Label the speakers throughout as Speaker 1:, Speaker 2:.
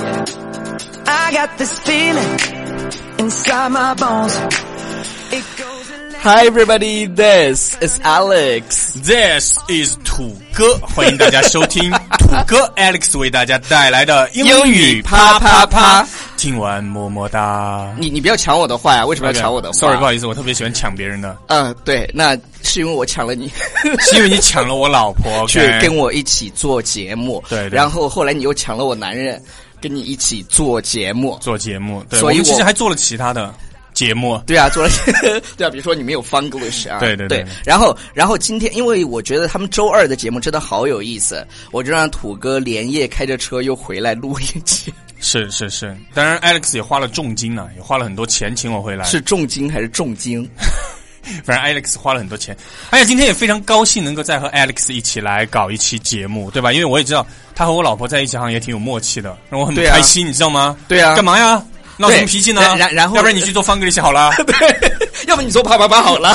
Speaker 1: I got this feeling inside my bones. It goes
Speaker 2: Hi everybody, this is Alex.
Speaker 3: This is 土哥，欢迎大家收听土哥 Alex 为大家带来的英
Speaker 2: 英语啪啪啪。
Speaker 3: 听完么么哒。
Speaker 2: 你你不要抢我的话呀、为什么要抢我的话
Speaker 3: Sorry，不好意思，我特别喜欢抢别人的，
Speaker 2: 嗯，对，那是因为我抢了 你，
Speaker 3: 是因为你抢了我老婆
Speaker 2: 去
Speaker 3: OK
Speaker 2: 跟我一起做节目，
Speaker 3: 对对
Speaker 2: 然后后来你又抢了我男人，跟你一起做节目。
Speaker 3: 做节目，对，
Speaker 2: 所以
Speaker 3: 我们其
Speaker 2: 我
Speaker 3: 实还做了其他的节目。
Speaker 2: 对啊，做了 对啊，比如说你没有 Funglish 啊，
Speaker 3: 对对对
Speaker 2: 然后然后今天，因为我觉得他们周二的节目真的好有意思，我就让土哥连夜开着车又回来录一期，
Speaker 3: 是是是，当然 Alex 也花了重金呢、也花了很多钱请我回来。
Speaker 2: 是重金还是重金？
Speaker 3: 反正 Alex 花了很多钱，而且今天也非常高兴能够再和 Alex 一起来搞一期节目，对吧？因为我也知道他和我老婆在一起好像也挺有默契的，让我很
Speaker 2: 对啊
Speaker 3: 开心，你知道吗？
Speaker 2: 对啊
Speaker 3: 干嘛呀？闹什么
Speaker 2: 对
Speaker 3: 脾气呢？
Speaker 2: 然然然后
Speaker 3: 要不然你去做方格里去好 了。
Speaker 2: 要不你做啪啪啪好了。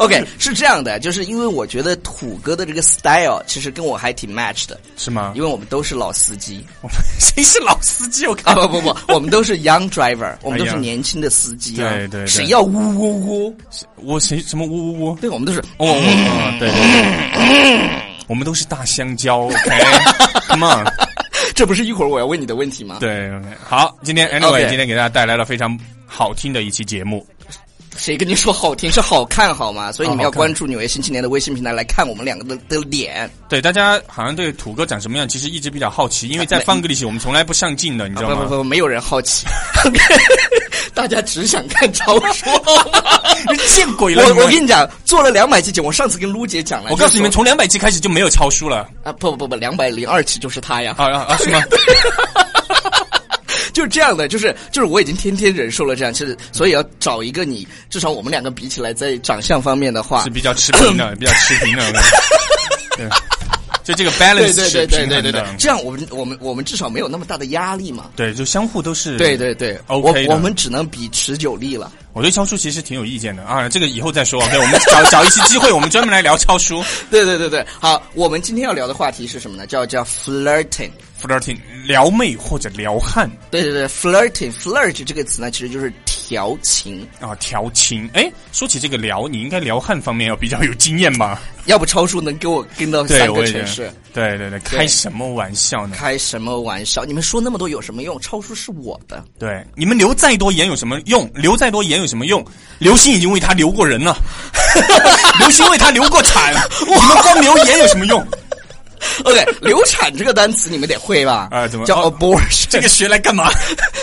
Speaker 2: OK，是这样的，就是因为我觉得土哥的这个 style 其实跟我还挺 match 的，
Speaker 3: 是吗
Speaker 2: 因？为我们都是老司机
Speaker 3: 我们 谁是老司机？我
Speaker 2: 啊，
Speaker 3: 看
Speaker 2: 不不 不，我们都是 young driver，我们都
Speaker 3: 哎
Speaker 2: 是
Speaker 3: 呀
Speaker 2: 年轻的司机啊，
Speaker 3: 对对对
Speaker 2: 谁要呜呜呜？
Speaker 3: 我谁什么呜呜呜？
Speaker 2: 对，我们都是
Speaker 3: 哦，我
Speaker 2: 嗯
Speaker 3: 哦对对对，我们都是大香蕉。OK，Come、on。
Speaker 2: 这不是一会儿我要问你的问题吗？，
Speaker 3: 对，OK，好，今天 anyway，、
Speaker 2: OK
Speaker 3: 今天给大家带来了非常好听的一期节目。
Speaker 2: 谁跟你说好听是好看好吗？所以你们
Speaker 3: 哦
Speaker 2: 要
Speaker 3: 好看
Speaker 2: 关注纽约新青年的微信平台来看我们两个的的脸，
Speaker 3: 对，大家好像对土哥长什么样，其实一直比较好奇，因为在
Speaker 2: 没
Speaker 3: 方格里奇我们从来不上镜的，你知
Speaker 2: 不
Speaker 3: 道
Speaker 2: 不
Speaker 3: 吗？
Speaker 2: 不，没有人好 奇，大家只想看超说。
Speaker 3: 你见鬼了！
Speaker 2: 我
Speaker 3: 你们
Speaker 2: 我跟你讲，做了两百期节目，我上次跟卢姐讲了，
Speaker 3: 我告诉你们，
Speaker 2: 就说
Speaker 3: 从两百期开始就没有超书了。
Speaker 2: 啊，不不不不，两百零二期就是他呀，
Speaker 3: 啊啊啊！是吗？
Speaker 2: 就是这样的，就是就是我已经天天忍受了这样，就是所以要找一个你，至少我们两个比起来，在长相方面的话
Speaker 3: 是，比较持 平的，比较持平的。我跟你说对，就这个 balance
Speaker 2: 对对对
Speaker 3: 是
Speaker 2: 对
Speaker 3: 平衡的。
Speaker 2: 对对对，这样我们我们我们至少没有那么大的压力嘛。
Speaker 3: 对就相互都是
Speaker 2: 对对对，
Speaker 3: OK 的
Speaker 2: 我我们只能比持久力了。
Speaker 3: 我对超书其实挺有意见的啊，这个以后再说。OK，我们找 找一期机会，我们专门来聊超书
Speaker 2: 对对对对，好，我们今天要聊的话题是什么呢？叫叫 flirting。
Speaker 3: flirting 撩妹或者撩汉
Speaker 2: 对对对，flirting，flirt 这个词呢，其实就是调情。
Speaker 3: 啊，调情。哎，说起这个撩，你应该撩汉方面要比较有经验吧？
Speaker 2: 要不超叔能给我跟到
Speaker 3: 对，
Speaker 2: 三
Speaker 3: 我
Speaker 2: 个
Speaker 3: 也
Speaker 2: 城市？
Speaker 3: 对对对，开什么玩笑呢？
Speaker 2: 开什么玩笑？你们说那么多有什么用？超叔是我的，
Speaker 3: 对，你们留再多言有什么用？留再多言有什么用？刘星已经为他留过人了， 刘星为他留过产， 你们光留言有什么用？
Speaker 2: OK，流产这个单词你们得会吧？
Speaker 3: 啊怎么
Speaker 2: 叫
Speaker 3: 哦
Speaker 2: abortion？、
Speaker 3: 这个学来干嘛？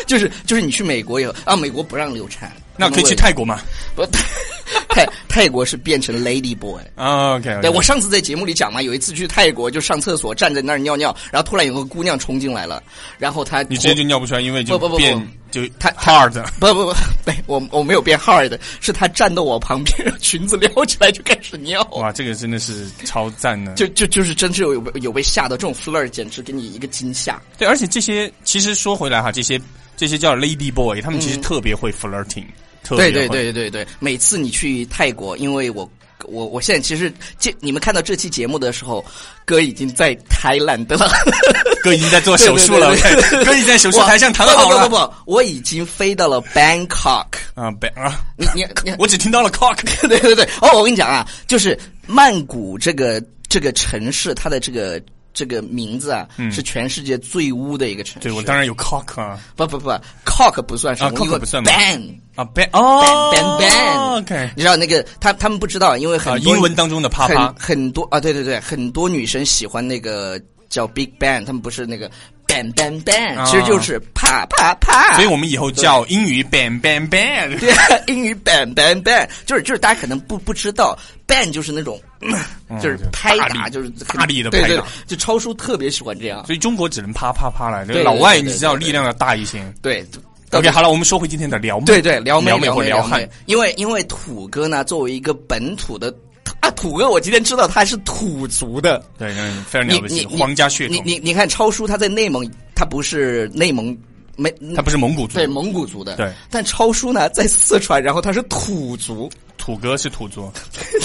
Speaker 2: 就是就是你去美国以后啊，美国不让流产，
Speaker 3: 那可以去
Speaker 2: 他
Speaker 3: 泰国吗
Speaker 2: 们为不 泰泰国是变成 lady boy。
Speaker 3: 啊？OK，
Speaker 2: 对，我上次在节目里讲嘛，有一次去泰国就上厕所，站在那儿尿尿，然后突然有个姑娘冲进来了，然后她
Speaker 3: 你直接就尿不出来，因为就
Speaker 2: 不不不不
Speaker 3: 变就
Speaker 2: 他
Speaker 3: hard。
Speaker 2: 不不不，对我我没有变 hard，是她站到我旁边，然后裙子撩起来就开始尿，
Speaker 3: 哇，这个真的是超赞的。
Speaker 2: 就就就是真是有有被有被吓到，这种 flirt 简直给你一个惊吓。
Speaker 3: 对，而且这些其实说回来哈，这些这些叫 lady boy，他们其实特别会 flirting，特别
Speaker 2: 嗯对
Speaker 3: 会
Speaker 2: 对对对对，每次你去泰国，因为我我我现在其实这你们看到这期节目的时候，哥已经在thái l a 了，
Speaker 3: 哥已经在做手术了
Speaker 2: 对对对对
Speaker 3: ，OK，哥已经在手术台上躺好
Speaker 2: 不不
Speaker 3: 了。
Speaker 2: 不不，我已经飞到了 Bangkok。
Speaker 3: 啊，北啊，
Speaker 2: 你你你，
Speaker 3: 我只听到了 cock。
Speaker 2: 对对对，哦，我跟你讲啊，就是曼谷这个这个城市，它的这个。这个名字啊，是全世界最污的一个城市。
Speaker 3: 嗯对，我当然有 cock 啊
Speaker 2: 不不不，cock 不算什么、
Speaker 3: 啊，cock
Speaker 2: 因为
Speaker 3: 不算吗
Speaker 2: ban
Speaker 3: 啊，ban 哦
Speaker 2: ban ban。
Speaker 3: ，OK
Speaker 2: 你知道那个他他们不知道，因为很
Speaker 3: 啊，
Speaker 2: 多
Speaker 3: 英文当中的啪啪
Speaker 2: 很很多啊，对对对，很多女生喜欢那个叫 Big Bang，他们不是那个 Bang Bang Bang，、
Speaker 3: 啊
Speaker 2: 其实就是啪啪啪。
Speaker 3: 所以我们以后叫英语 ban ban ban，
Speaker 2: 对 英语 Bang Bang Bang，就是就是大家可能不不知道，Bang 就是那种、就是
Speaker 3: 嗯就是
Speaker 2: 拍
Speaker 3: 大
Speaker 2: 打，
Speaker 3: 力
Speaker 2: 就是很
Speaker 3: 大力的
Speaker 2: 对
Speaker 3: 拍打
Speaker 2: 对对就超叔特别喜欢这样。
Speaker 3: 所以中国只能啪啪啪来，这个
Speaker 2: 对
Speaker 3: 老外
Speaker 2: 对对
Speaker 3: 你知道
Speaker 2: 对对
Speaker 3: 力量要大一些。
Speaker 2: 对
Speaker 3: OK，好了，我们说回今天的撩妹，
Speaker 2: 对对，撩妹
Speaker 3: 撩妹或
Speaker 2: 妹
Speaker 3: 撩
Speaker 2: 撩
Speaker 3: 汉
Speaker 2: 妹，因为因为土哥呢，作为一个本土的啊，土哥，我今天知道他是土族的。
Speaker 3: 对，嗯非常
Speaker 2: 你
Speaker 3: 了不
Speaker 2: 你
Speaker 3: 起，皇家血
Speaker 2: 你
Speaker 3: 统，
Speaker 2: 你你看超叔他在内蒙，他不是内蒙没
Speaker 3: 他不是蒙古族
Speaker 2: 对，蒙古族的，
Speaker 3: 对
Speaker 2: 但超叔呢在四川，然后他是土族，
Speaker 3: 土哥是土族，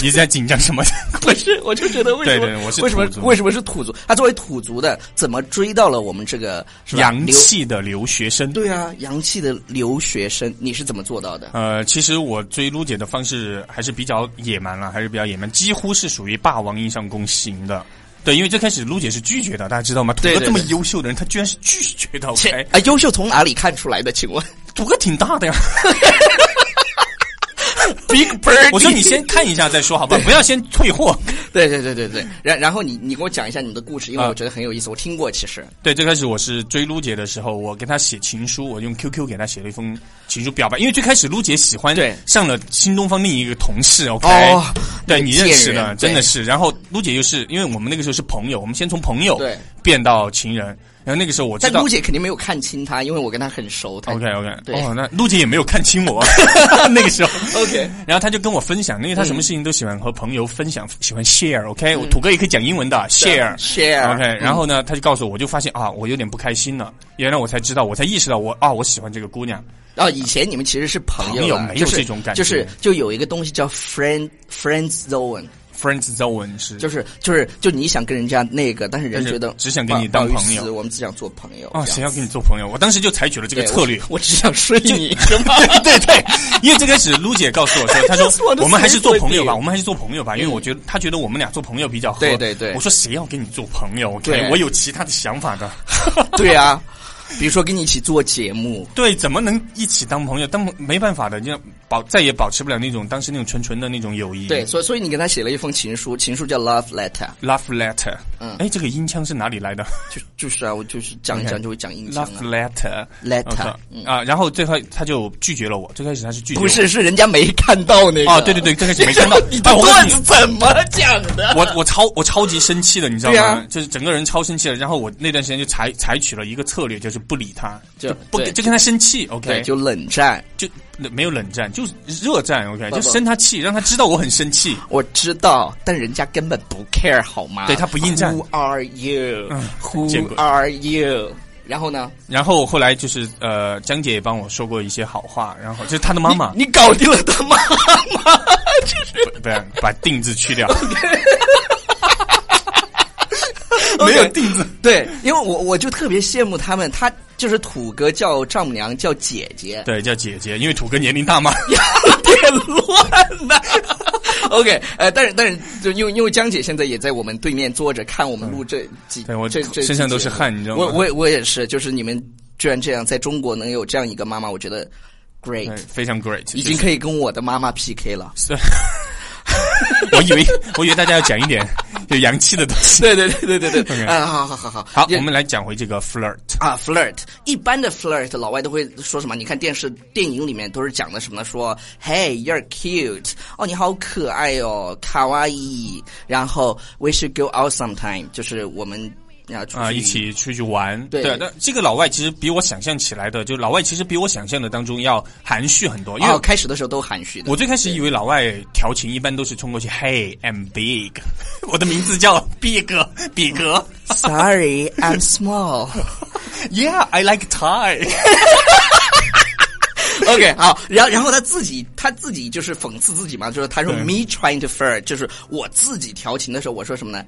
Speaker 3: 你在紧张什么？
Speaker 2: 不是，我就觉得为什么
Speaker 3: 对对我是
Speaker 2: 为什么
Speaker 3: 土族
Speaker 2: 为什么是土族？他作为土族的，怎么追到了我们这个是吧
Speaker 3: 洋
Speaker 2: 留
Speaker 3: 气的留学生。
Speaker 2: 对啊，洋气的留学生，你是怎么做到的？
Speaker 3: 呃，其实我追撸姐的方式还是比较野蛮了，还是比较野蛮，几乎是属于霸王硬上弓型的。对，因为最开始撸姐是拒绝的，大家知道吗？土
Speaker 2: 对
Speaker 3: 哥
Speaker 2: 对
Speaker 3: 这么
Speaker 2: 对
Speaker 3: 优秀的人，他居然是拒绝的。
Speaker 2: 切
Speaker 3: OK，
Speaker 2: 啊，优秀从哪里看出来的？请问
Speaker 3: 土哥挺大的呀。
Speaker 2: ，Big Bird，
Speaker 3: 我说你先看一下再说，好吧？不要先退货。
Speaker 2: 对对对对对，然然后你你给我讲一下你的故事，因为
Speaker 3: 啊
Speaker 2: 我觉得很有意思，我听过其实。
Speaker 3: 对，最开始我是追撸姐的时候，我给她写情书，我用 QQ 给她写了一封情书表白，因为最开始撸姐喜欢
Speaker 2: 对
Speaker 3: 上了新东方另一个同事，OK，、
Speaker 2: 哦
Speaker 3: 对你认识
Speaker 2: 贱
Speaker 3: 的，
Speaker 2: 人
Speaker 3: 真的
Speaker 2: 对
Speaker 3: 是。然后撸姐又是因为我们那个时候是朋友，我们先从朋友
Speaker 2: 对
Speaker 3: 变到情人，然后那个时候我知
Speaker 2: 但
Speaker 3: 道
Speaker 2: 陆。姐肯定没有看清他，因为我跟他很熟。他
Speaker 3: OK OK，
Speaker 2: 对
Speaker 3: 哦，那陆姐也没有看清 我，那个时候
Speaker 2: OK
Speaker 3: 然后她就跟我分享，因为她什么事情都喜欢和朋友分享，喜欢 share，OK，、我
Speaker 2: 嗯
Speaker 3: 土哥也可以讲英文的 share
Speaker 2: 啊 share 嗯
Speaker 3: OK，然后呢，他就告诉我，我就发现啊，我有点不开心了。原来我才知道，我才意识到我啊，我喜欢这个姑娘。
Speaker 2: 哦，以前你们其实是朋
Speaker 3: 朋友
Speaker 2: 友啊，
Speaker 3: 没
Speaker 2: 就
Speaker 3: 有
Speaker 2: 是
Speaker 3: 这种感觉
Speaker 2: 就是就有一个东西叫 friend friend zone，
Speaker 3: Friends zone 是
Speaker 2: 就是就是就你想跟人家那个，但是人
Speaker 3: 但是
Speaker 2: 觉得
Speaker 3: 只想
Speaker 2: 不
Speaker 3: 跟你当
Speaker 2: 不好意
Speaker 3: 朋友
Speaker 2: 思我们只想做朋友
Speaker 3: 啊，
Speaker 2: 这样
Speaker 3: 谁要跟你做朋友？我当时就采取了这个
Speaker 2: 对
Speaker 3: 策略
Speaker 2: 我。我只想睡你，
Speaker 3: 什么？ 对对，因为最开始撸姐告诉我 说，她
Speaker 2: 这是我
Speaker 3: 说
Speaker 2: 的
Speaker 3: 我们还是做朋友吧，
Speaker 2: 随便嗯
Speaker 3: 我们还是做朋友吧，因为我觉得她觉得我们俩做朋友比较合。
Speaker 2: 对对对
Speaker 3: 我说谁要跟你做朋友？OK，
Speaker 2: 对
Speaker 3: 我有其他的想法的。
Speaker 2: 对啊，比如说跟你一起做节目，
Speaker 3: 对，怎么能一起当朋友？当没办法的，就保再也保持不了那种当时那种纯纯的那种友谊。
Speaker 2: 对，所以所以你给他写了一封情书，情书叫 love letter，
Speaker 3: ，love letter。
Speaker 2: 嗯
Speaker 3: 哎，这个音腔是哪里来的？
Speaker 2: 就就是啊，我就是讲一
Speaker 3: OK
Speaker 2: 讲就会讲印象
Speaker 3: Love
Speaker 2: 啊，
Speaker 3: letter
Speaker 2: Letter，嗯
Speaker 3: 啊啊，然后最后他就拒绝了我。最开始他是拒绝我，
Speaker 2: 不是是人家没看到那个，
Speaker 3: 哦对对对最开始没看到
Speaker 2: 你的
Speaker 3: 哎我告诉
Speaker 2: 段
Speaker 3: 你
Speaker 2: 子怎么讲的？
Speaker 3: 我我超我超级生气的，你知道
Speaker 2: 对
Speaker 3: 吗？
Speaker 2: 啊
Speaker 3: 就是整个人超生气了。然后我那段时间就采采取了一个策略，就是不理他，
Speaker 2: 就
Speaker 3: 不
Speaker 2: 对
Speaker 3: 就跟他生气
Speaker 2: 对，
Speaker 3: ，OK，
Speaker 2: 就冷战。
Speaker 3: 就没有冷战，就是热战，OK，
Speaker 2: 不
Speaker 3: 就生他气，让他知道我很生气。
Speaker 2: 我知道，但人家根本不 care 好吗？
Speaker 3: 对他不应战嗯
Speaker 2: Who are you?
Speaker 3: 见
Speaker 2: Who
Speaker 3: 鬼
Speaker 2: are you? 然后呢？
Speaker 3: 然后后来就是呃，江姐也帮我说过一些好话，然后就是他的妈妈，
Speaker 2: 你搞定了他妈妈，就是
Speaker 3: 不不要把“定”字 去掉， 没有“定”字。
Speaker 2: 对，因为我我就特别羡慕他们，他就是土哥叫丈母娘叫姐 姐，
Speaker 3: 对，叫姐姐，因为土哥年龄大嘛。
Speaker 2: 有点乱呐。OK，呃，但是但是，就因为因为江姐现在也在我们对面坐着看我们录这几，
Speaker 3: 对我
Speaker 2: 这这
Speaker 3: 身上都是汗
Speaker 2: 这几节
Speaker 3: 你知道
Speaker 2: 目
Speaker 3: 吗
Speaker 2: 我我也我也是，就是你们居然这样，在中国能有这样一个妈妈，我觉得 great，
Speaker 3: 对，非常 great，
Speaker 2: 已经可以跟我的妈妈 PK 了。
Speaker 3: 就是。 我以为我以为大家要讲一点有洋气的东西。
Speaker 2: 对对对对对 对，
Speaker 3: OK
Speaker 2: 啊，好好好好
Speaker 3: 好，
Speaker 2: 也
Speaker 3: 我们来讲回这个 flirt。
Speaker 2: 啊，flirt，一般的 flirt，老外都会说什么？你看电视、电影里面都是讲的什么呢？说，Hey，you're cute，哦，你好可爱哦，卡哇伊。然后，we should go out sometime，就是我们要出去
Speaker 3: 啊，一起出去玩，
Speaker 2: 对
Speaker 3: 但这个老外其实比我想象起来的，就老外其实比我想象的当中要含蓄很多，因
Speaker 2: 哦，
Speaker 3: 为
Speaker 2: 开始的时候都含蓄的。
Speaker 3: 我最开始以为老外调情一般都是冲过去，Hey，I'm big，我的 名字叫 Big 比 格
Speaker 2: Sorry，I'm small 。
Speaker 3: ，Yeah，I like Thai，
Speaker 2: OK，好，然后然后他自己他自己就是讽刺自己嘛，就是他说
Speaker 3: 对
Speaker 2: me trying to flirt，就是我自己调情的时候，我说什么呢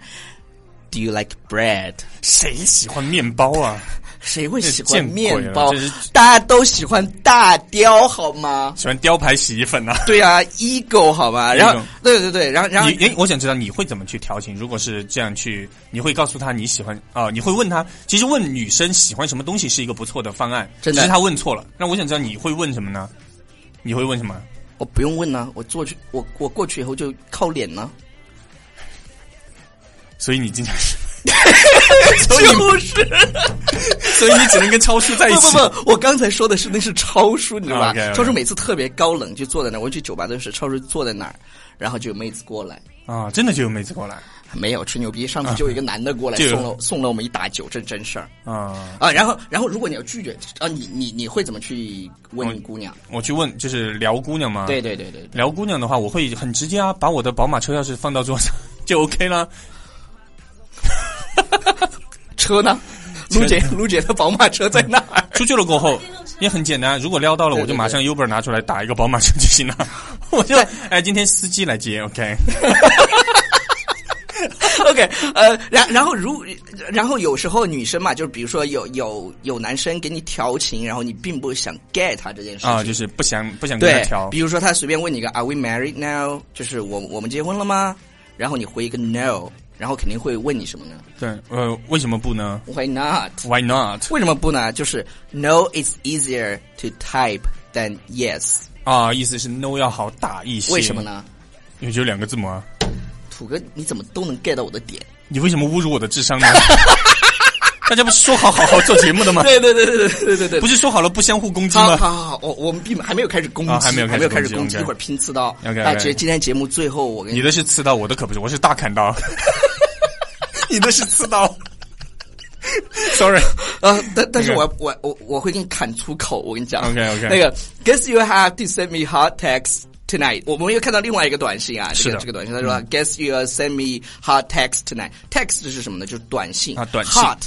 Speaker 2: ？Do you like bread？
Speaker 3: 谁喜欢面包啊？
Speaker 2: 谁会喜
Speaker 3: 见
Speaker 2: 欢
Speaker 3: 鬼
Speaker 2: 面
Speaker 3: 了
Speaker 2: 包
Speaker 3: 这是？
Speaker 2: 大家都喜欢大雕，好吗？
Speaker 3: 喜欢雕牌洗衣粉啊？
Speaker 2: 对啊，ego 好吗？然后
Speaker 3: Ego
Speaker 2: 对对对，然后然后
Speaker 3: 你哎，我想知道你会怎么去调情？如果是这样去，你会告诉他你喜欢啊、你会问他，其实问女生喜欢什么东西是一个不错的方案，
Speaker 2: 真的
Speaker 3: 只是他问错了。那我想知道你会问什么呢？你会问什么？
Speaker 2: 我不用问呢、啊我坐去我我过去以后就靠脸 呢、
Speaker 3: 所以你经常是， 所以你
Speaker 2: 是
Speaker 3: 所以你只能跟超叔在一
Speaker 2: 不
Speaker 3: 起。
Speaker 2: 不不，我刚才说的是那是超叔，你知道吧
Speaker 3: 哎啊 OK，OK
Speaker 2: 超叔每次特别高冷，就坐在那儿。我去酒吧都是超叔坐在那儿，然后就有妹子过来。
Speaker 3: 啊，真的就有妹子过来
Speaker 2: 没有吹牛逼，上次就有一个男的过来
Speaker 3: 啊就有
Speaker 2: 送了送了我们一打酒，这是真事儿
Speaker 3: 啊。
Speaker 2: 啊。然后然后如果你要拒绝啊，你你你会怎么去问
Speaker 3: 哦
Speaker 2: 你姑娘？
Speaker 3: 我去问，就是聊姑娘嘛。
Speaker 2: 对对对对对。
Speaker 3: 聊姑娘的话，我会很直接啊，把我的宝马车钥匙放到桌上 就 OK 了。
Speaker 2: 车呢？
Speaker 3: 车
Speaker 2: 卢姐，卢姐的宝马车在哪儿？
Speaker 3: 出去了过后也很简单，如果撩到了，我就马上 Uber 拿出来打一个宝马车就行了。我就
Speaker 2: 对
Speaker 3: 哎，今天司机来接，OK，
Speaker 2: OK，呃，然然后如然后有时候女生嘛，就是比如说有有有男生给你调情，然后你并不想 get 他这件事情
Speaker 3: 啊，就是不想不想跟他
Speaker 2: 对
Speaker 3: 调，
Speaker 2: 比如说他随便问你一个 Are we married now？就是我我们结婚了吗？然后你回一个 No，然后肯定会问你什么呢
Speaker 3: 对，呃，为什么不呢
Speaker 2: ？Why not？
Speaker 3: ？Why not？
Speaker 2: 为什么不呢？就是 No is easier to type than yes。
Speaker 3: 啊，意思是 no 要好打一些，
Speaker 2: 为什么？呢？
Speaker 3: 因为只有两个字母啊。
Speaker 2: 土哥，你怎么都能 get 到我的点？
Speaker 3: 你为什么侮辱我的智商呢？ 大家不是说好好好做节目的吗？
Speaker 2: 对对对对对对对
Speaker 3: 不
Speaker 2: 对。
Speaker 3: 是说好了不相互攻击
Speaker 2: 好好
Speaker 3: 吗？
Speaker 2: 好好，我我们并还没有开始攻击，
Speaker 3: 啊还没有开
Speaker 2: 哦
Speaker 3: 始
Speaker 2: 还没有开始
Speaker 3: 攻击
Speaker 2: 攻击，一
Speaker 3: OK
Speaker 2: 会儿拼刺刀。
Speaker 3: OK，OK
Speaker 2: 那其实今天节目最后，我跟
Speaker 3: 你的是刺刀，我的可不是，我是大 砍刀。你的是刺刀。Sorry，
Speaker 2: 呃，但但是
Speaker 3: OK
Speaker 2: 我我我我会给你砍出口，我跟你讲。
Speaker 3: OK，OK
Speaker 2: 那个，Guess you have to send me hot text tonight。我们又看到另外一个短信啊，
Speaker 3: 是
Speaker 2: 这
Speaker 3: 的
Speaker 2: 个这个短信，他说 Guess you send me hot text tonight。Text 是什么呢？就是短信
Speaker 3: 啊短信
Speaker 2: Hot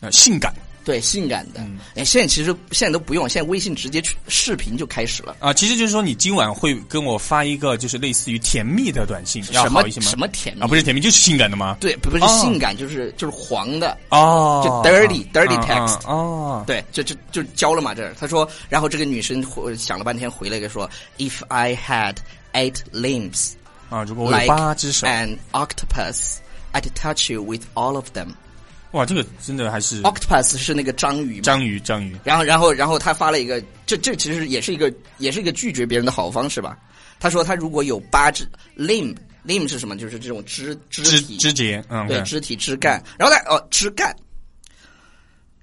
Speaker 3: 呃性感
Speaker 2: 对，性感的。
Speaker 3: 嗯
Speaker 2: 哎，现在其实现在都不用，现在微信直接去视频就开始了。
Speaker 3: 啊，其实就是说你今晚会跟我发一个就是类似于甜蜜的短信，要
Speaker 2: 什
Speaker 3: 好
Speaker 2: 么
Speaker 3: 一些吗？
Speaker 2: 什么甜蜜
Speaker 3: 啊？不是甜蜜，就是性感的吗？
Speaker 2: 对，不不是
Speaker 3: 哦
Speaker 2: 性感，就是就是黄的。
Speaker 3: 哦，
Speaker 2: 就 dirty-
Speaker 3: 啊
Speaker 2: dirty
Speaker 3: 啊
Speaker 2: text
Speaker 3: 哦，
Speaker 2: 对，就就就交了嘛这儿。他说，然后这个女生回想了半天，回了一个说，If I had eight limbs。
Speaker 3: 啊，如果我有
Speaker 2: like
Speaker 3: 八只手，
Speaker 2: an octopus. I'd touch you with all of them.
Speaker 3: 哇，这个真的还是
Speaker 2: Octopus 是那个章鱼嘛？
Speaker 3: 章鱼章鱼
Speaker 2: 然后，然后，然后他发了一个，这这其实也是一个，也是一个拒绝别人的好方式吧。他说他如果有八只 limb limb 是什么？就是这种肢肢
Speaker 3: 肢
Speaker 2: 体
Speaker 3: 肢节，嗯，
Speaker 2: 对
Speaker 3: OK，
Speaker 2: 肢体枝干。然后呢，哦，枝干，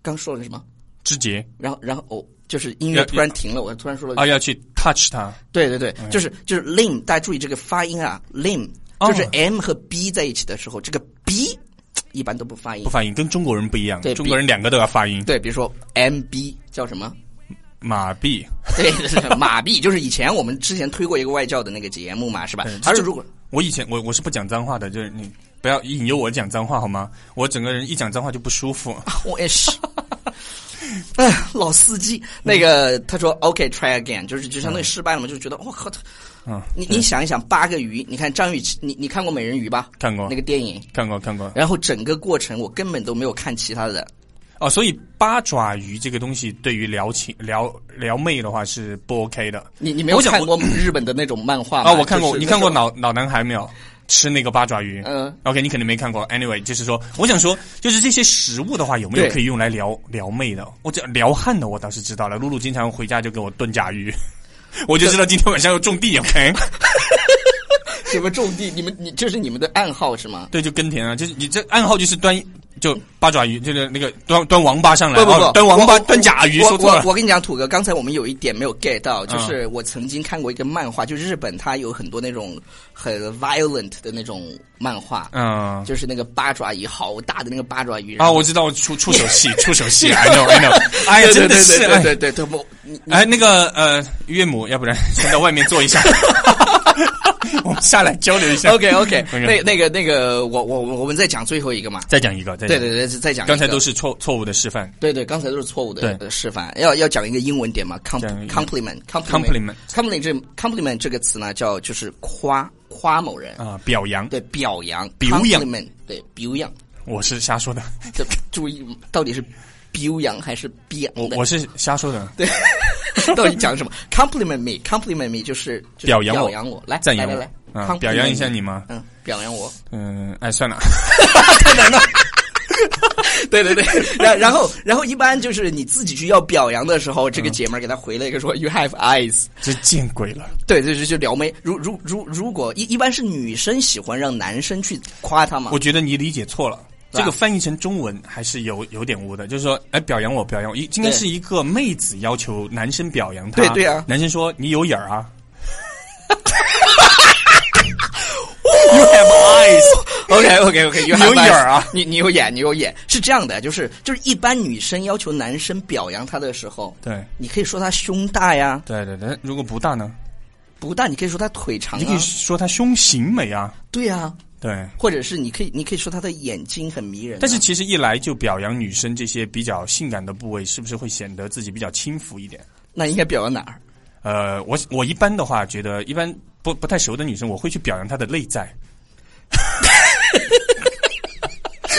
Speaker 2: 刚说了什么？
Speaker 3: 肢节
Speaker 2: 然后，然后哦，就是音乐
Speaker 3: 要
Speaker 2: 突然停了，我突然说了
Speaker 3: 啊，要去 touch 它
Speaker 2: 对对对，就是就是 lim，大家注意这个发音啊，lim
Speaker 3: 哦
Speaker 2: 就是 m 和 b 在一起的时候，这个 b 一般都不发音
Speaker 3: 不。发音，跟中国人不一样
Speaker 2: 对，
Speaker 3: 中国人两个都要发音，
Speaker 2: 对，比如说 mb 叫什么？
Speaker 3: 马币。
Speaker 2: 对，就是马币，就是以前我们之前推过一个外教的那个节目嘛，是吧？还是如果
Speaker 3: 哎 我以前我我是不讲脏话的，就是你不要引诱我讲脏话好吗？我整个人一讲脏话就不 舒服。
Speaker 2: 我也 是。哎，老司机，
Speaker 3: 嗯
Speaker 2: 那个他说 OK try again，就是就相当于失败了嘛，就觉得我靠，他
Speaker 3: 嗯，
Speaker 2: 你你想一想，八个鱼，你看张雨绮，你你看过美人鱼吧？
Speaker 3: 看过
Speaker 2: 那个电影，
Speaker 3: 看过看过
Speaker 2: 然后整个过程我根本都没有看其他的，
Speaker 3: 哦，所以八爪鱼这个东西对于撩情撩撩妹的话是不 OK 的。
Speaker 2: 你你没有
Speaker 3: 我想
Speaker 2: 看过日本的那种漫画吗
Speaker 3: 啊，我看过，
Speaker 2: 就是
Speaker 3: 你看过
Speaker 2: 那
Speaker 3: 老老男孩没有？吃那个八爪鱼，
Speaker 2: 嗯
Speaker 3: ，OK，你肯定没看过。Anyway，就是说，我想说，就是这些食物的话，有没有
Speaker 2: 对
Speaker 3: 可以用来撩撩妹的？我这撩汉的我倒是知道了，露露经常回家就给我炖甲鱼， 我就知道今天晚上要种地，OK。
Speaker 2: 种什么种地？你们你这是你们的暗号是吗？
Speaker 3: 对，就耕田啊，就是你这暗号就是端就八爪鱼，就是那个端端王八上来，
Speaker 2: 不不
Speaker 3: 哦
Speaker 2: 不，
Speaker 3: 端王
Speaker 2: 我
Speaker 3: 八
Speaker 2: 我
Speaker 3: 端甲鱼，
Speaker 2: 我
Speaker 3: 说错
Speaker 2: 我
Speaker 3: 了嗯
Speaker 2: 我跟你讲，土哥，刚才我们有一点没有 get 到，就是我曾经看过一个漫画，就日本它有很多那种很 violent 的那种漫画，
Speaker 3: 嗯
Speaker 2: 就是那个八爪鱼，好大的那个八爪鱼
Speaker 3: 啊，我知道，我出出手 戏，出手戏，I know I know，哎呀， 真的
Speaker 2: 对
Speaker 3: 是，
Speaker 2: 对
Speaker 3: 哎
Speaker 2: 对对对，我你
Speaker 3: 哎，那个呃，岳母，要不然先到外面坐一 下，我们下来交流一下。
Speaker 2: OK OK，那
Speaker 3: OK
Speaker 2: 那个那个，我我我们再讲最后一个嘛，
Speaker 3: 再讲一个，再
Speaker 2: 对
Speaker 3: 讲
Speaker 2: 对对，再讲一
Speaker 3: 刚才
Speaker 2: 个
Speaker 3: 都是错错误的示范
Speaker 2: 对对，刚才都是错误的
Speaker 3: 对
Speaker 2: 呃示范。要要讲一个英文点嘛
Speaker 3: 讲一个
Speaker 2: ，compliment compliment
Speaker 3: compliment
Speaker 2: compliment 这 compliment 这个词呢，叫就是夸夸某人，
Speaker 3: 啊，表扬，
Speaker 2: 对表扬
Speaker 3: 表扬
Speaker 2: compliment 对表扬，
Speaker 3: 我是瞎说的，
Speaker 2: 这注意到底是表扬还是表扬的？
Speaker 3: 我是瞎说的，对，
Speaker 2: 到底讲什么？compliment me compliment me 就是就是
Speaker 3: 表扬我
Speaker 2: 表扬我，来
Speaker 3: 赞扬
Speaker 2: 来
Speaker 3: 我
Speaker 2: 来来
Speaker 3: 啊
Speaker 2: compliment
Speaker 3: 表扬一下你吗
Speaker 2: 嗯，表扬我。
Speaker 3: 嗯，哎，算 了，
Speaker 2: 对对对，然然后然后一般就是你自己去要表扬的时候，
Speaker 3: 嗯
Speaker 2: 这个姐们儿给他回了一个说 “You have eyes”。
Speaker 3: 这见鬼了。
Speaker 2: 对对，就就撩妹。如如如如果一一般是女生喜欢让男生去夸她嘛
Speaker 3: 我，觉得你理解错了。
Speaker 2: 对吧
Speaker 3: 这个翻译成中文还是有有点污的，就是说，哎，表扬我，表扬我，应应该
Speaker 2: 对
Speaker 3: 是一个妹子要求男生表扬她，
Speaker 2: 对对啊
Speaker 3: 男生说你有眼儿啊，You have
Speaker 2: OK OK OK，
Speaker 3: 你有眼儿啊
Speaker 2: 你你有眼，你有眼是这样的，就是就是一般女生要求男生表扬她的时候，
Speaker 3: 对
Speaker 2: 你可以说她胸大呀，
Speaker 3: eyes，对对对，如果不大呢，
Speaker 2: 啊不大你可以说她腿长
Speaker 3: 你可以
Speaker 2: 啊，
Speaker 3: 说她胸型美啊，
Speaker 2: 对呀，
Speaker 3: 对。
Speaker 2: 或者是你可以你可以说她的眼睛很迷人啊，
Speaker 3: 但是其实一来就表扬女生这些比较性感的部位，是不是会显得自己比较轻浮一点？
Speaker 2: 那应该表扬哪儿？
Speaker 3: 呃，我我一般的话觉得，一般不不太熟的女生，我会去表扬她的内在。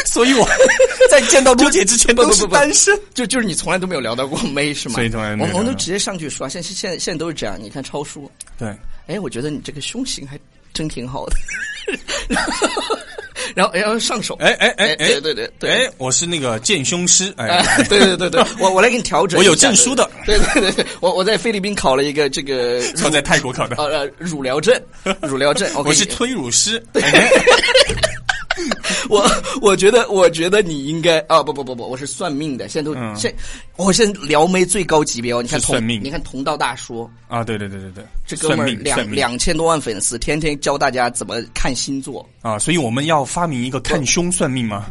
Speaker 3: 所以我 在见到璐姐之前都是单身。
Speaker 2: 就就是你从来都没有聊到过妹是吗？
Speaker 3: 所以从来没有
Speaker 2: 我我们
Speaker 3: 聊
Speaker 2: 都
Speaker 3: 到
Speaker 2: 直接上去说啊，现现在现在都是这样。你看超叔，
Speaker 3: 对，
Speaker 2: 哎，我觉得你这个胸型还真挺好的， 然后然后上手，
Speaker 3: 哎哎哎哎，
Speaker 2: 对对对对。
Speaker 3: 哎，我是那个健胸师，哎，
Speaker 2: 哎，对对 对对，我我来给你调整一下。
Speaker 3: 我有证书的
Speaker 2: 对对对对，我我在菲律宾考了一个这个
Speaker 3: 我在泰国 考的，
Speaker 2: 呃呃乳疗证，乳疗 证。我给
Speaker 3: 我
Speaker 2: 你
Speaker 3: 是推乳师。
Speaker 2: 我我觉得，我觉得你应该啊，不不不不，我是算命的，现在都、
Speaker 3: 嗯
Speaker 2: 现，我现在撩妹最高级别哦，你看
Speaker 3: 是
Speaker 2: 同
Speaker 3: 算命
Speaker 2: 你看同道大叔
Speaker 3: 啊，对对对对对，
Speaker 2: 这哥们儿
Speaker 3: 算命算
Speaker 2: 两
Speaker 3: 命
Speaker 2: 两千多万粉丝，天天教大家怎么看星座，
Speaker 3: 啊，所以我们要发明一个看胸算 命吗？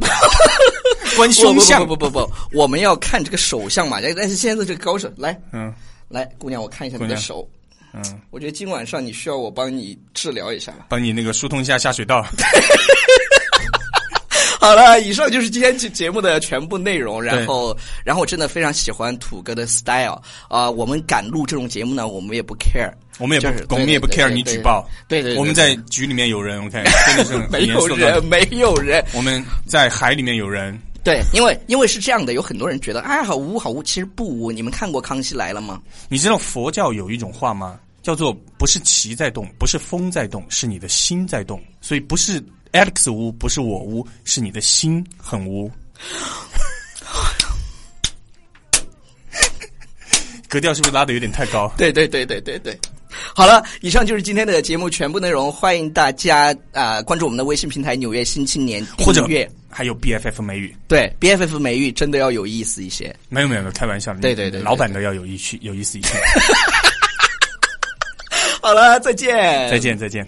Speaker 3: 观胸
Speaker 2: 不
Speaker 3: 相
Speaker 2: 不不不不不，我们要看这个手相嘛，但是现在这个高手来
Speaker 3: 嗯
Speaker 2: 来，姑娘，我看一下你
Speaker 3: 姑
Speaker 2: 的
Speaker 3: 娘
Speaker 2: 手，
Speaker 3: 嗯，
Speaker 2: 我觉得今晚上你需要我帮你治疗一下。
Speaker 3: 帮你那个疏通一下下水道。
Speaker 2: 好了，以上就是今天节节目的全部内容。然
Speaker 3: 对
Speaker 2: 后，然后我真的非常喜欢土哥的 style 啊、我们敢录这种节目呢，我们也不 care，
Speaker 3: 我们也
Speaker 2: 就是
Speaker 3: 不，我们也不 care 你举报。
Speaker 2: 对对对对对对对对
Speaker 3: 我们在局里面有人， 我看真的是很
Speaker 2: 没
Speaker 3: 严
Speaker 2: 有
Speaker 3: 肃的
Speaker 2: 人，。没有人。
Speaker 3: 我们在海里面有人，
Speaker 2: 对，因为因为是这样的，有很多人觉得哎好污好污，其实不污。你们看过《康熙来了》吗？
Speaker 3: 你知道佛教有一种话吗？叫做不是旗在动，不是风在动，是你的心在动。所以不是 Alex 污，不是我污，是你的心很污。 格调是不是拉的有点太高？
Speaker 2: 对对对对对对。好了，以上就是今天的节目全部内容，欢迎大家啊、关注我们的微信平台《纽约新青年》
Speaker 3: 或者
Speaker 2: 订阅，
Speaker 3: 还有 BFF 美语。
Speaker 2: 对 B F F 美育真的要有意思一些。
Speaker 3: 没有没有没有，开玩笑的。
Speaker 2: 对对对对
Speaker 3: 老板都要有意趣，有意思一些。
Speaker 2: 好了，再见，
Speaker 3: 再见再见。